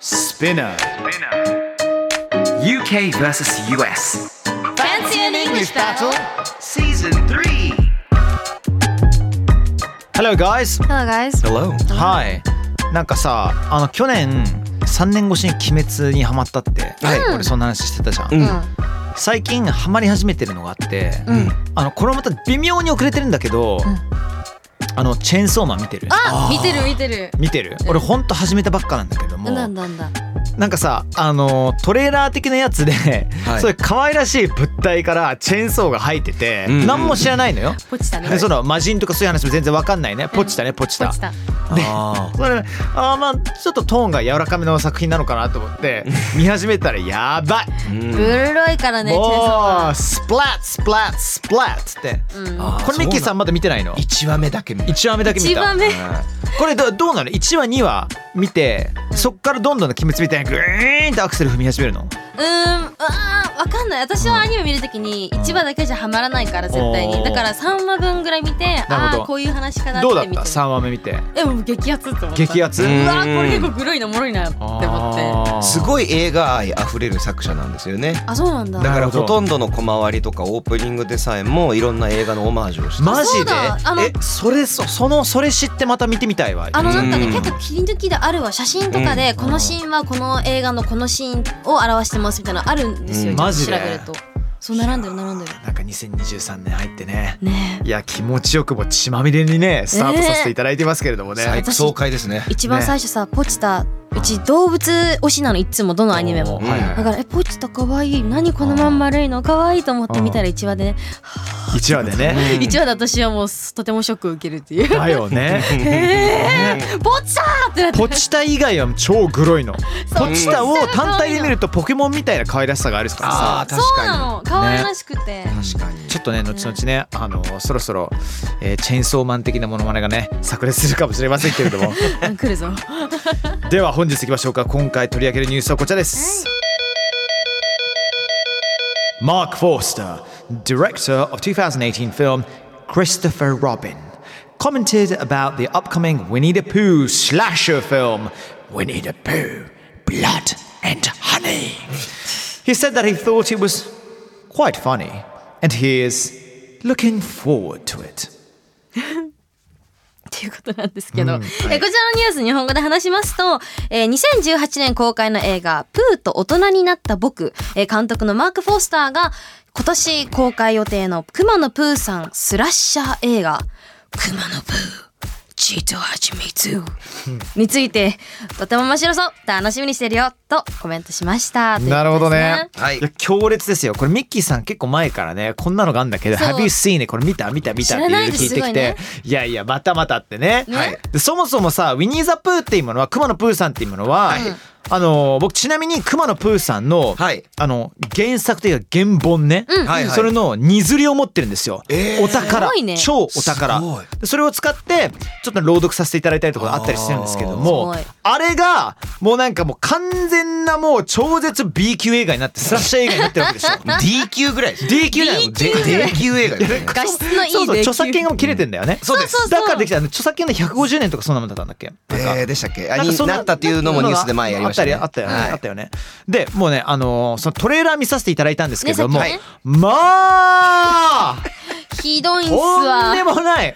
Spinner. UK versus US. Fancy an English battle Season 3. Hello, guys. Hello guys Hello. Hi. なんかさ、あの去年3年越しに鬼滅にハマったって、はい俺そんな話してたじゃん。うん最近ハマり始めてるのがあって、うんあのこれもまた微妙に遅れてるんだけんど、あのチェーンソーマン見てる。あ見てる見てる見てるうん俺ほんと始めたばっかなんだけどもなんだなんだなんかさあのトレーラー的なやつで、いそういう可愛らしい物体からチェーンソーが生えてて、うん何も知らないのよ、ポチたねでその魔人とかそういう話も全然わかんないねポチだねポチだポチたあそれあーまあちょっとトーンが柔らかめの作品なのかなと思って見始めたらやばい、ーうんブルーロイからね、チェンソーもマうスプラッツスプラッツスプラッツって、あーこれミッキーさんまだ見てないの一話目だけ見た1話目だけ見一た番目。これどどうなの1話2話見てそっからどんどん鬼滅みたいにグーンってアクセル踏み始めるのうーん、うわーわかんない。私はアニメ見るときに1話だけじゃハマらないから絶対おーに。だから3話分ぐらい見て、なるほあどあこういう話かなってどう見だってた3話目見てえもう激アツって思った。激アツううツわーこれ結構グロいなもろいなって思って。あーすごい映画愛あふれる作者なんですよね。あそうなんだ。だかなるらほどほとんどの小回りとかオープニングでさえもいろんな映画のオマージュをしてマジそうでだあのえそれそそのそれ知ってまた見てみたいわあのなんかねうん結構切り抜きであるわ写真とかでこのシーンはこの映画のこのシーンを表してますみたいなのあるんですよ、うんちょっとマジで調べるとそう並んでる並んでるなんか2023年入ってねねいや気持ちよくもう血まみれにねスタートさせていただいてますけれどもね、最私爽快ですね。え一番最初さ、ポチタうち動物推しなのいつもどのアニメもおーはいはいだからえポチタ可愛い何このまん丸いの可愛いと思って見たら1話でね一話でねうん1話で私はもうとてもショックを受けるっていうだよねポチターってなってポチタ以外は超グロいのそうポチタを単体で見るとポケモンみたいな可愛らしさがあるからさああそう確なかの可愛らしくて、に。確かに。ちょっとね後々ねあのそろそろ、えーチェーンソーマン的なモノマネがね炸裂するかもしれませんけれども来るぞ では本日いきましょうか今回取り上げるニュースはこちらです、マーク・フォースター Director of 2018 film Christopher Robin commented about the upcoming Winnie the Pooh slasher film Winnie the Pooh Blood and Honey He said that he thought it was quite funny and he is looking forward to it っていうことなんですけど、えこちらのニュース日本語で話しますと、えー2018年公開の映画「プーと大人になった僕」えー監督のマーク・フォースターが今年公開予定の「熊野プーさんスラッシャー映画熊野プーチートはちみつ」 について「とても面白そう楽しみにしてるよ」とコメントしました。なるほどというねこ。はいや強烈ですよ。これミッキーさん結構前からね、こんなのがあんだけど、そう Have you seen it? これ見た見た見たっていう知らないのの聞いすてごきいてね、いやいや、またまたってね。ねはいでそもそもさ、ウィニー・ザ・プーっていうものは、熊野プーさんっていうものは、あの僕ちなみに熊野プーさんの、はいあの原作というか原本ね、うんはいはいそれの荷刷りを持ってるんですよ、えーお宝すごいね超お宝すごいでそれを使ってちょっと朗読させていただいたりとかあったりしてるんですけどもあーすごいあれがもうなんかもう完全なもう超絶 B 級映画になってスラッシャー映画になってるわけでしょ D 級ぐらいです。 D 級なの D 級 映画ですね。とですね画質のいいそうそう出来著作権がもう切れてんだよね、そうです。だからできたの著作権の150年とかそんなもんだったんだっけなんかえー、でしたっけあなんかにそんなったっていうのもニュースで前やりましたね。あったりあったよね、はいあったよねでもうねあのーそのトレーラー見させていただいたんですけども、ねさっまあひどいんすとんわで。も ない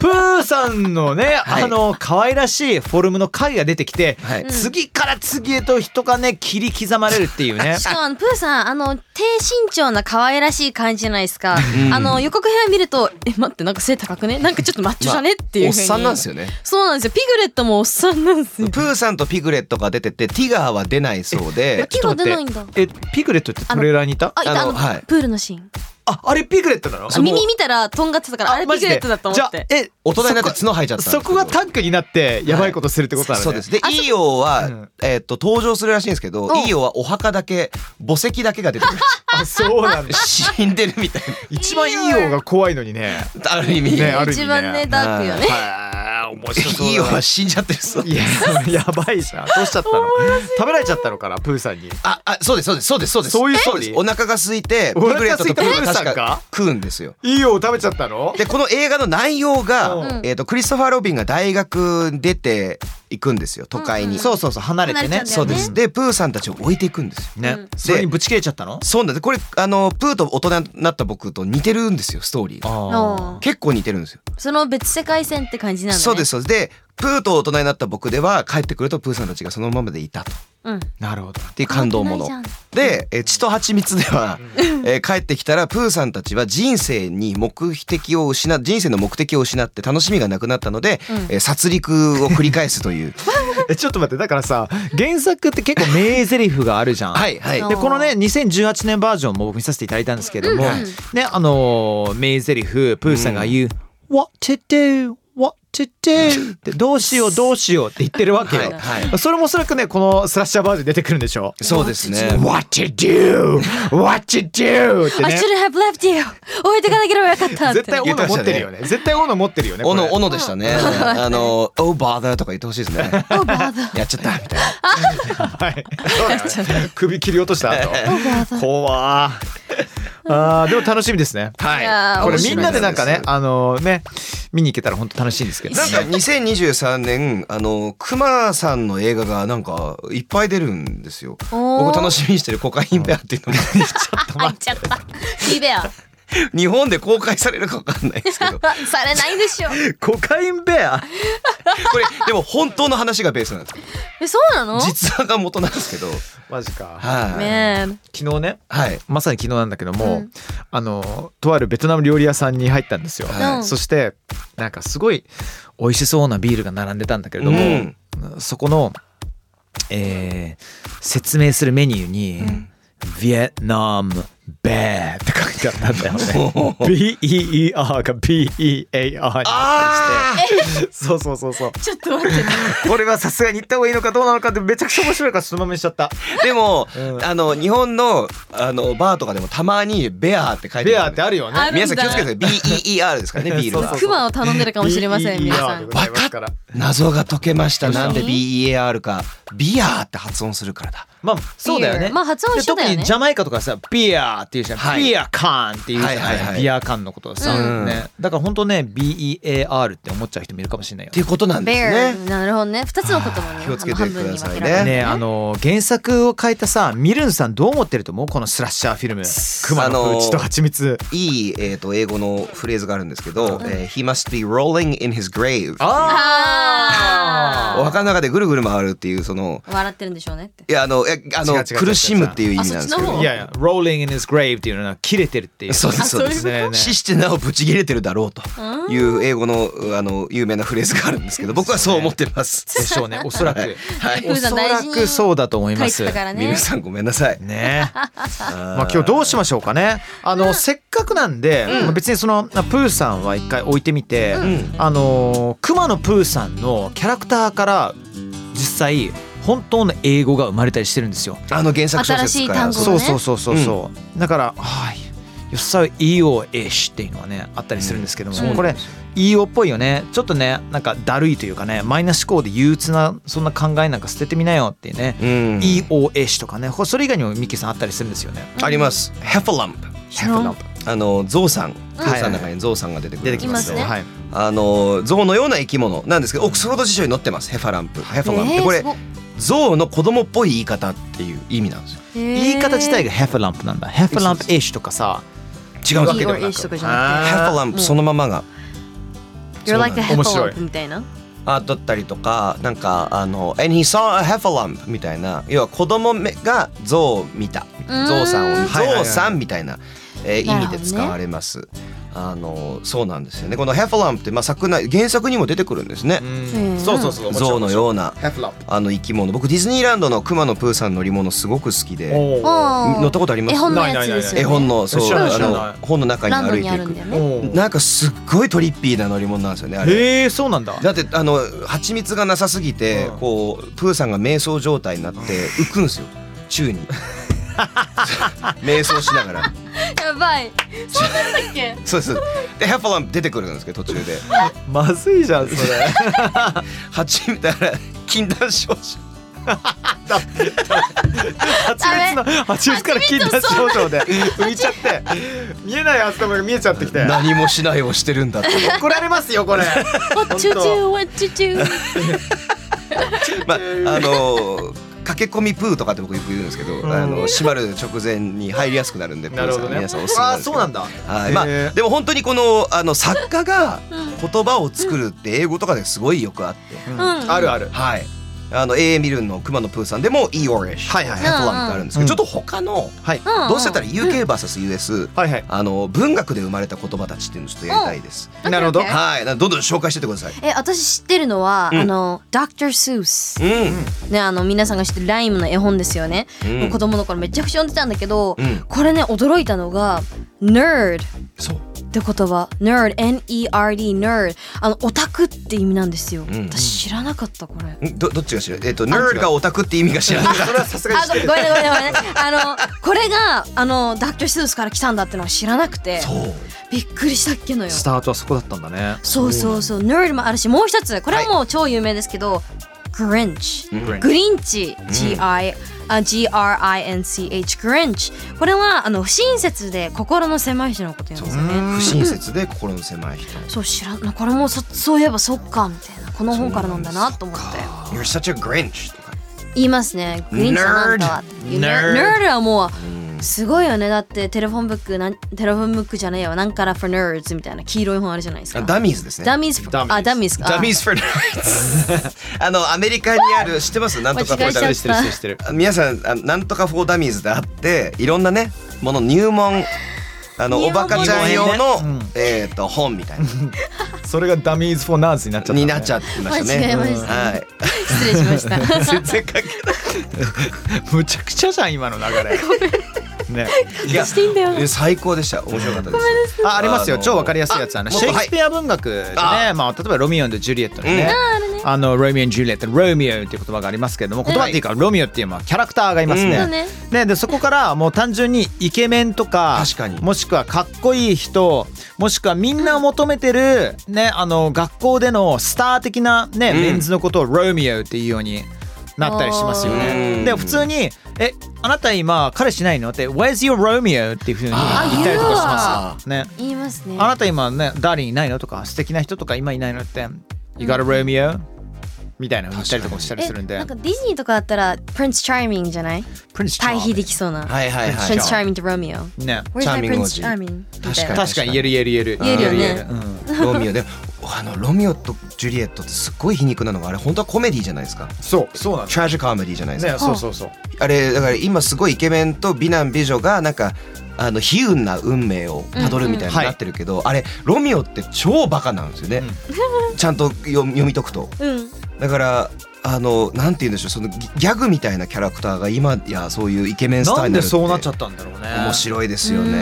プーさんのね、はいあの可愛らしいフォルムの影が出てきて、はい次から次へと人がね切り刻まれるっていうねしかもあのプーさんあの低身長な可愛らしい感じじゃないですか、あの予告編見ると「え待ってなんか背高くねなんかちょっとマッチョじゃね?」っていうおっふうにさんなんですよね。そうなんですよピグレットもおっさんなんですよプーさんとピグレットが出てて、ティガーは出ないそうで、ピグレット出ないんだえピグレットってトレーラーにいたあいたああののはいプールのシーンあ、あれピグレットなのあ耳見たらとんがってたからあれマピジグでレットだと思っじゃあてえ、大人になって角生えちゃったんですそこそこがタッグになって、やばいことするってことなのね。そうです。で、あそイーオーは、うんえっと、登場するらしいんですけど、うんイーオーはお墓だけ、墓石だけが出てくる。あ、そうなんだ。 死んでるみたい一番いいようが怖いのにね。な。ある意味。ねある意味一番ねダークよねはあ、面白そうだね。イーオーは死んじゃってるそう。いや、やばいじゃん。どうしちゃったの食べられちゃったのかな、プーさんに。あ、あ、そうです、そうです、そうです、そうです。そういうストそーうリーです。お腹が空いて、おピ腹グレッがト空いとたプーがプーさん確がか食うんですよ。いいよう食べちゃったので、この映画の内容うがん、えっと、クリストファー・ロビンが大学に出ていくんですよ、都会に。そうそうそう、離れてね。離れちそゃうです。で、プーさんたちを置いていくんですよ。うねん。それにぶち切れちゃったのそうなんです。これ、あの、プーと大人になった僕と似てるんですよ、ストーリーが。あ結構似てるんですよ。その別世界線って感じなんだねそうです、そうです。で、プーと大人になった僕では、帰ってくるとプーさんたちがそのままでいたと。っうんなるほど。ていう感動もの変わって。で、えー血と蜂蜜では、えー帰ってきたら、プーさんたちは人生に目的を失、人生の目的を失って楽しみがなくなったので、うんえー殺戮を繰り返すという。え、ちょっと待って、だからさ、原作って結構名台詞があるじゃん。はい、はい。あはーいでこのね2018年バージョンも僕見させていただいたんですけども、ねあのー名台詞プーさんが言う「What to do What to do」って「どうしようどうしよう」って言ってるわけよ、はいはそれもおそらくねこのスラッシャーバージョン出てくるんでしょい。そうです ね。 What to do What to do って I ね should have left you 置いてかなければよかったって絶対斧持ってるよね絶対斧持ってるよねこれ斧、斧でしたね。あの、Oh bother とか言ってほしいですね。オーバーだやっちゃった、みたいな。はいそうだね首切り落とした後怖ーあーでも楽しみですねはいやーこれ面み白いんなでなんかでねすあのね見に行けたら本当楽しいんですけどなんか2023年あのクマさんの映画がなんかいっぱい出るんですよ。おー僕楽しみにしてるコカインベアっていうのも 入っちゃったリベア日本で公開されるかわかんないですけど、こあされないでしょコカインベアれでも本当の話がベースなんです。えそうなの実話が元なんですけど、マジかはい。ねえ昨日ねはい。まさに昨日なんだけども、うんあのとあるベトナム料理屋さんに入ったんですよ、はいそしてなんかすごい美味しそうなビールが並んでたんだけれども、うんそこの、えー説明するメニューにん「ビエナムベー」って書いてあったんだよね BEER が BEAR ああ。そうそうそうそうちょっと待ってこれはさすがに行った方がいいのかどうなのかってめちゃくちゃ面白いからそのままにしちゃったでもうんあの日本のあのバーとかでもたまにベアって書いてベあアるって。あるよねある皆さん気をつけてく ださい。B E E R ですからねビールそうはそう。クマを頼んでるかもしれません皆さ BEER でんございますから謎が解けました。なんで何 B E A R かビアーって発音するからだ。まあそうだよね。まあ発音一緒だよねで特にジャマイカとかさ、ビアーっていうじゃん。はいビアカーンっていうじゃない。はいはいはいビアカンのことをさ、うんね。だから本当ね、B E A R って思っちゃう人もいるかもしれないよって。いうことなんですベアね。なるほどね二つの言葉に気をつけてくださいねねあの原作を変えたさ、ミルンさんどう思ってると思うこのスラッシャーフィルム。熊のプーチと蜂蜜。いい、えー、と英語のフレーズがあるんですけど、えー He must be rolling in his grave ああお墓の中でぐるぐる回るっていうそのー笑ってるんでしょうねっていやあのえあ違う違のう違う苦しむっていう意味なんですけあそっちのど方いやいや、rolling in his grave っていうのは切れてるっていう。そうですそうであすそういう ねね死してなおぶち切れてるだろうという英語のあの有名なフレーズがあるんですけど僕はそう思ってます。でしょうね。おそ らく。いおそらくそうだと思い書まいすてた。からね皆さんごめんなさい。 ね。まあ今日どうしましょうかね。あの、せっかくなんで、まあ別にそのまあプーさんは一回置いてみて、あの熊のプーさんのキャラクターから実際本当の英語が生まれたりしてるんですよ。あの原作小説から新しい単語そねうそうそうそうそう。だからはい。よっさうイーオーエシっていうのはねあったりするんですけども、うんこれイーオーっぽいよねちょっとねなんかだるいというかねマイナス思考で憂鬱なそんな考えなんか捨ててみなよっていうね、うん、 EOS とかねそれ以外にもミッキーさんあったりするんですよね。あります。ヘフランプ知らんあのゾウさんゾウはいさんの中にゾウさんが出てくる出んでてきけいどまますすよ。ねはい、あの象のような生き物なんですけどオックスフォード辞書に載ってますヘファランプヘファランプ、えーこれすご象の子供っぽい言い方っていう意味なんですよ言い方自体ががヘフランプなんだ。ヘフランプエッシュとかさ、違うんですいよいイとかじゃヘなファランプそのままがくて You're like the そうなんです面白い heffalump みたいなあだったりとかなんかあの「and he saw a half a lump」みたいな要は子供めが象を見たーん象さんをはいはいは象いさんみたいな、えーなる意ほどね味で使われます。あのそうなんですよねこのヘファランプって、まあ、作内原作にも出てくるんですね、うんそうそうそう。象のようなヘフラップ。あの生き物僕ディズニーランドのクマのプーさんの乗り物すごく好きでおーあー乗ったことあります絵本のやつですよ、ね、絵本のそう知らないあ知らないの本の中にランド歩いにあているんだよくねなんかすっごいトリッピーな乗り物なんですよねあれへえそうなんだだってあの蜂蜜がなさすぎてうんこうプーさんが瞑想状態になって浮くんですよ宙 に瞑想しながらやばいそうなんだっけそうですでヘファランプ出てくるんですけど途中でまずいじゃんそれ蜂蜜だから禁断症状 蜂蜜の蜂蜜から禁断症状で浮いちゃって見えない頭が見えちゃってきて何もしないをしてるんだって怒られますよこれわっちゅうちゅうわっちゅうちゅうまああの駆け込みプーとかって僕よく言うんですけど、んあの閉まる直前に入りやすくなるんで、プなーるさほんどね皆さんおすすめなんあですけそうどなんだはい、まへあーでも本当にこのあの作家がうん言葉を作るって英語とかですごいよくあって、うんあるあるはい。あの A ミルンの熊野プーさんでも E Orish はいはいヘフランってあるんですけど、うんちょっと他のはいうんどうせたら UK vs US はいはいあの文学で生まれた言葉たちっていうのをちょっとやりたいです。なるほどうんはい、などんどん紹介してってください。え私知ってるのは、うんあの Dr. Seuss うねあの皆さんが知ってるライムの絵本ですよね、ん、もう子供の頃めちゃくちゃ読んでたんだけど、うんこれね驚いたのが nerd そう。って言葉 nerd n-e-r-d nerd あのオタクって意味なんですよ、ん私知らなかったこれんどどっちが知らないえっとヌールがオタクって意味が知らないそれはさすがにあ知っごてめんごるめんごめんごめんあのこれがあのダクトスースから来たんだってのは知らなくてそうびっくりしたっけのよスタートはそこだったんだねそうそうそう nerd もあるしもう一つこれはもう超有名ですけど、Grinch んグリンチ G-I、あ G-R-I-N-C-H グリンチこれはあの不親切で心の狭い人のこと言うんですよね不親切で心の狭い人そう知らんなこれもそそういえばそっかみたいなこの本からなんだなと思って「You're such a Grinch」とか言いますねグリンチはなんだっていう Nerd ネルはもうすごいよねだってテレフォンブックなんテレフォンブックじゃねえよなんから for nerds みたいな黄色い本あるじゃないですかあダミーズですねダミーズあダミーズかダミーズ for nerds あのアメリカにある知ってますなんとか間違えちゃダミったーズ知ってる知ってる知ってるあ皆さんあなんとかフォーダミーズであっていろんなねもの入門あの入門おバカちゃん用の、入門ねえっと本みたい なそれがダミーズ・フォー・ナーズになっちゃったになっちゃゃってましたね間違えましたはい失礼しました全然関係ない むちゃくちゃじゃん今の流れねいや していいんだよえ最高でした面白かったですあありますよあの超わかりやすいやつあのもっシとェイクスピア文学でねあまあ例えばロミオとジュリエットのね、あのロミオとジュリエットロミオっていう言葉がありますけれども言葉っていうかロミオっていうのはキャラクターがいますね。そうねね、でそこからもう単純にイケメンとか確かにもしくはかっこいい人もしくはみんな求めてる、ね、あの学校でのスター的な、ねうんメンズのことをロミオっていうようになったりしますようね。んで普通に「えあなた今彼氏ないの?」って「Where's your Romeo?」っていうふうに言ったりとかしますよ。ね、 言いますねあなた今ね、ダーリンいないのとか、素敵な人とか今いないのって、You got a Romeo? みたいなの言ったりとかもしたりえするんでなん、かディズニーとかだったら Prince Charming じゃない Prince 対比 Charming できそうなはいはいは Prince い Charming と Romeo ね、 Where's my Charming Prince 王子 Charming? みた確いなかに確かに言える言える言える。言えるよねうんロミオでもあのロミオとジュリエットってすっごい皮肉なのがあれ本当はコメディじゃないですかそう、そうなんだトラジコメディじゃないですか、ね、そうそうそう。あれだから今すごいイケメンと美男美女がなんかあの悲運な運命をたどるみたいになってるけど、あれロミオって超バカなんですよね、ちゃんと読み読み解くとうんだからあのなんて言うんでしょうそのギギャグみたいなキャラクターが今やそういうイケメンスターなんになでるってそうなっちゃったんだろうね。面白いですよねね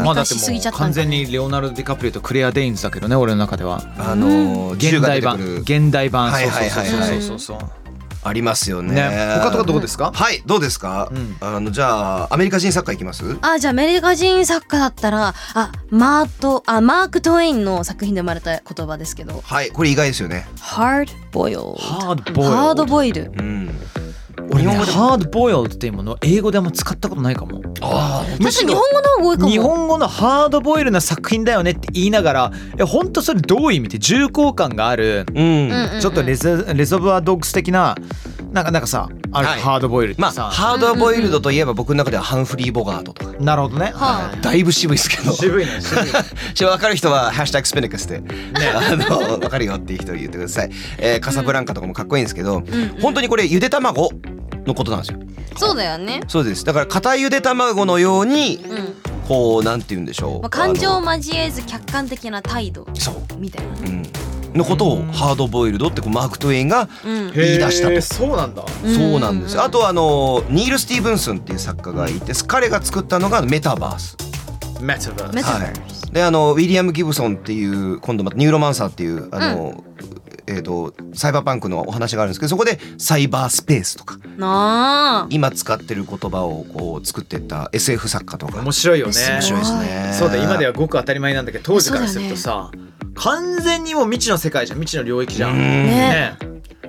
え。まあだって昔過ぎちもゃうったんだ完全にレオナルド・ディカプリオとクレア・デインズだけどね、俺の中では。あの現代版版、現代版、はいはいそうはいそうはいそうそうそうそう。ありますよねね、他とかどうですかはいどうですか、うんあのじゃあアメリカ人作家いきますあじゃあアメリカ人作家だったらあマートあマーク・トウェインの作品で生まれた言葉ですけどはいこれ意外ですよね Hard boiled Hard boiled ハードボイルうん俺ね、ハードボイルドっていうものを英語であんま使ったことないかも。あむ確かしに日ろ本語の方が多いかも日本語のハードボイルな作品だよねって言いながらえ本当それどういう意味って重厚感があるーうん、うんうんうんちょっとレゾレゾブアドッグス的ななんかなんかさあるはいハードボイルってまあさ、ハードボイルドといえば僕の中ではハンフリー・ボガートとかなるほどね、ははいだいぶ渋いですけど渋いね渋 いね分かる人は「ハッシュタグスペネクス」で、あの分かるよっていう人言ってください、えーカサブランカとかもかっこいいんですけど、本当にこれゆで卵のことなんですよそうだよねそうですだから固いゆで卵のようにうんこうなんて言うんでしょう、まあ、感情を交えず客観的な態度あのそうみたいなねうんのことをハードボイルドってこうマーク・トウェインがうん言い出したとへーそうなんだうんそうなんですよあとはあのニール・スティーブンスンっていう作家がいて彼が作ったのがメタバース。メタバーメスタはバいであのウィリアム・ギブソンっていう今度またニューロマンサーっていうあの、えー、とサイバーパンクのお話があるんですけどそこでサイバースペースとかなあ今使ってる言葉をこう作ってった SF 作家とか面白いよね面白いですねそうだ今ではごく当たり前なんだけど当時からするとさ、完全にもう未知の世界じゃん未知の領域じゃうんん、ねね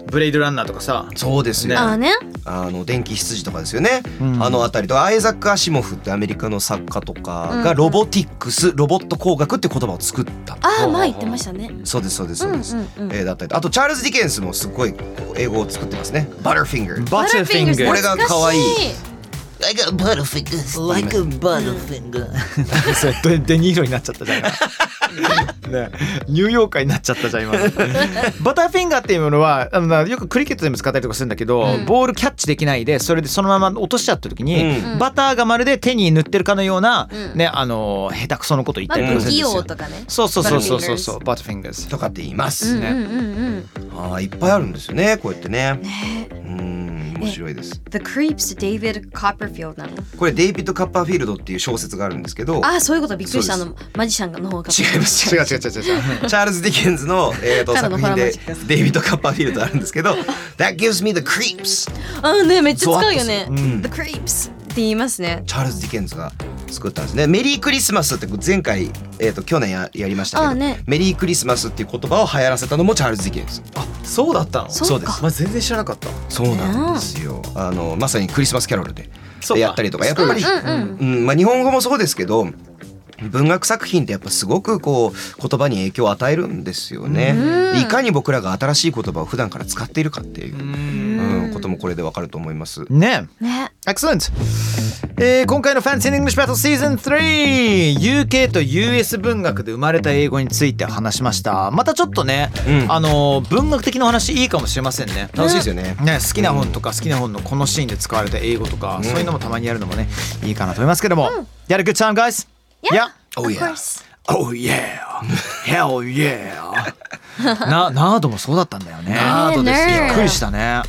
ブレイドランナーとかさそうですねねああねあの電気羊とかですよね、うんあの辺りとアイザック・アシモフってアメリカの作家とかうがんロボティックスロボット工学って言葉を作ったああ前言ってましたねそうですそうですそうです、うんうんうんえーだったりあとチャールズ・ディケンスもすごいこう英語を作ってますね「バターフィンガー」バターフィングバ俺が可愛い「I got butterfingers like a butterfinger」 それデデニーロになっちゃったじゃん今ねニューヨーカーになっちゃったじゃん 今バターフィンガーっていうものはあのなよくクリケットでも使ったりとかするんだけど、うんボールキャッチできないでそれでそのまま落としちゃった時に、うんバターがまるで手に塗ってるかのような、うんねあの下手くそのこと言っまあたりと不かす器るんですよ、用とかねそうそうそうそうそうそう Butterfingers バターフィンガーとかって言いまうす、んうんうんうんああいっぱいあるんですよねこうやってねねうーん面白いです The Creeps David Copperfield なのこれデイビッド・カッパーフィールドっていう小説があるんですけどああそういうことびっくりしたあそうでのマジシャンの方が違います違う違う違う違うチャールズ・ディケンズの、えー、と ただ作の品パラマでジックですデイビッド・カッパーフィールドあるんですけど「That gives me the creeps ああねめっちゃ使うよねゾワッとするうん The Creeps って言いますね」チャールズ・ディケンズが作ったんですね「メリークリスマス」って前回、えー、と去年ややりましたけあど、ねメリークリスマスっていう言葉を流行らせたのもチャールズ・ディケンズあそうだったのそうかそうですまあ、全然知らなかったそうなんですよあのまさにクリスマス・キャロルでそうかやったりとかやっぱりうんうんうんうんまあ、日本語もそうですけど文学作品ってやっぱすごくこう言葉に影響を与えるんですよねうん。いかに僕らが新しい言葉を普段から使っているかっていうう、んうん、こともこれでわかると思います。ねね Excellent! えー今回の Fancy in English Battle Season 3UK と US 文学で生まれた英語について話しましたまたちょっとね、うんあのー文学的なお話いいかもしれませんね楽しいですよね。ね、好きな本とか好きな本のこのシーンで使われた英語とか、そういうのもたまにやるのもねいいかなと思いますけども、やる good time guys? Yeah. Oh Of yeah. course Oh yeah! Hell yeah! なナードもそうだったんだよねナードですよびっくりしたね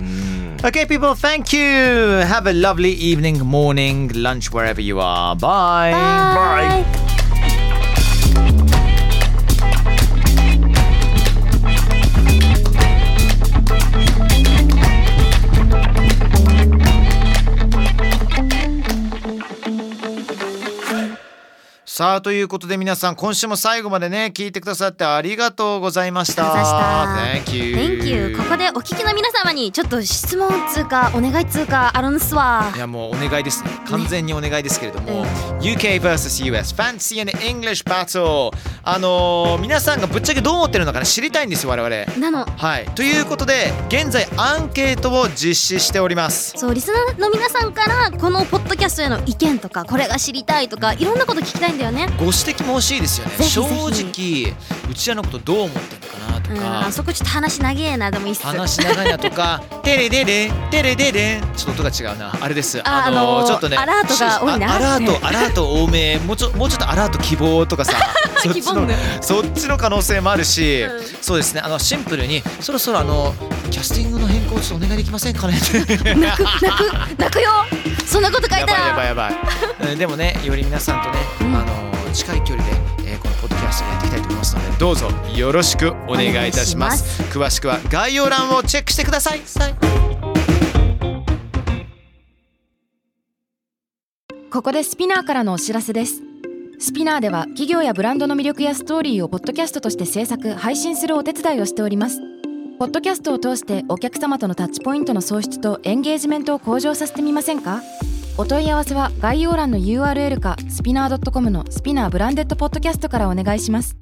うん Okay, people, thank you. Have a lovely evening, morning, lunch, wherever you are. Bye. Bye. Bye. さあということで皆さん今週も最後までね聞いてくださってありがとうございました。ありがと Thank you. Thank you ここでお聞きの皆様にちょっと質問つうかお願いつうかあるんすわいやもうお願いですね完全にお願いですけれども、うん UK vs.US Fancy and English Battle あのー皆さんがぶっちゃけどう思ってるのかな知りたいんですよ我々なのはいということで現在アンケートを実施しておりますそうリスナーの皆さんからこのポッドキャストへの意見とかこれが知りたいとかいろんなこと聞きたいんだよねご指摘も欲しいですよねぜひぜ正直うちらのことどう思ってるのかなとうんかあそこちょっと話長えなでもいいっす話長いな とか「テレデレテレデレ」ちょっと音が違うなあれですああのーちょっとねアラートが多いなあアラートアラート多めもうちょもうちょっとアラート希望とかさそっ ち希望のねそっちの可能性もあるし、うんそうですねあのシンプルにそろそろあのキャスティングの変更ちょっとお願いできませんかねって泣く泣く泣くよそんなこと書いやたばいやばいらやばいうんでもねより皆さんとね、あのー近い距離で、えーこのポッドキャストをやっていきたいと思いますのでどうぞよろしくお願いいたします詳しくは概要欄をチェックしてくださいさいここでスピナーからのお知らせですスピナーでは企業やブランドの魅力やストーリーをポッドキャストとして制作配信するお手伝いをしておりますポッドキャストを通してお客様とのタッチポイントの創出とエンゲージメントを向上させてみませんかお問い合わせは概要欄の URL かスピナー .com のスピナーブランデッドポッドキャストからお願いします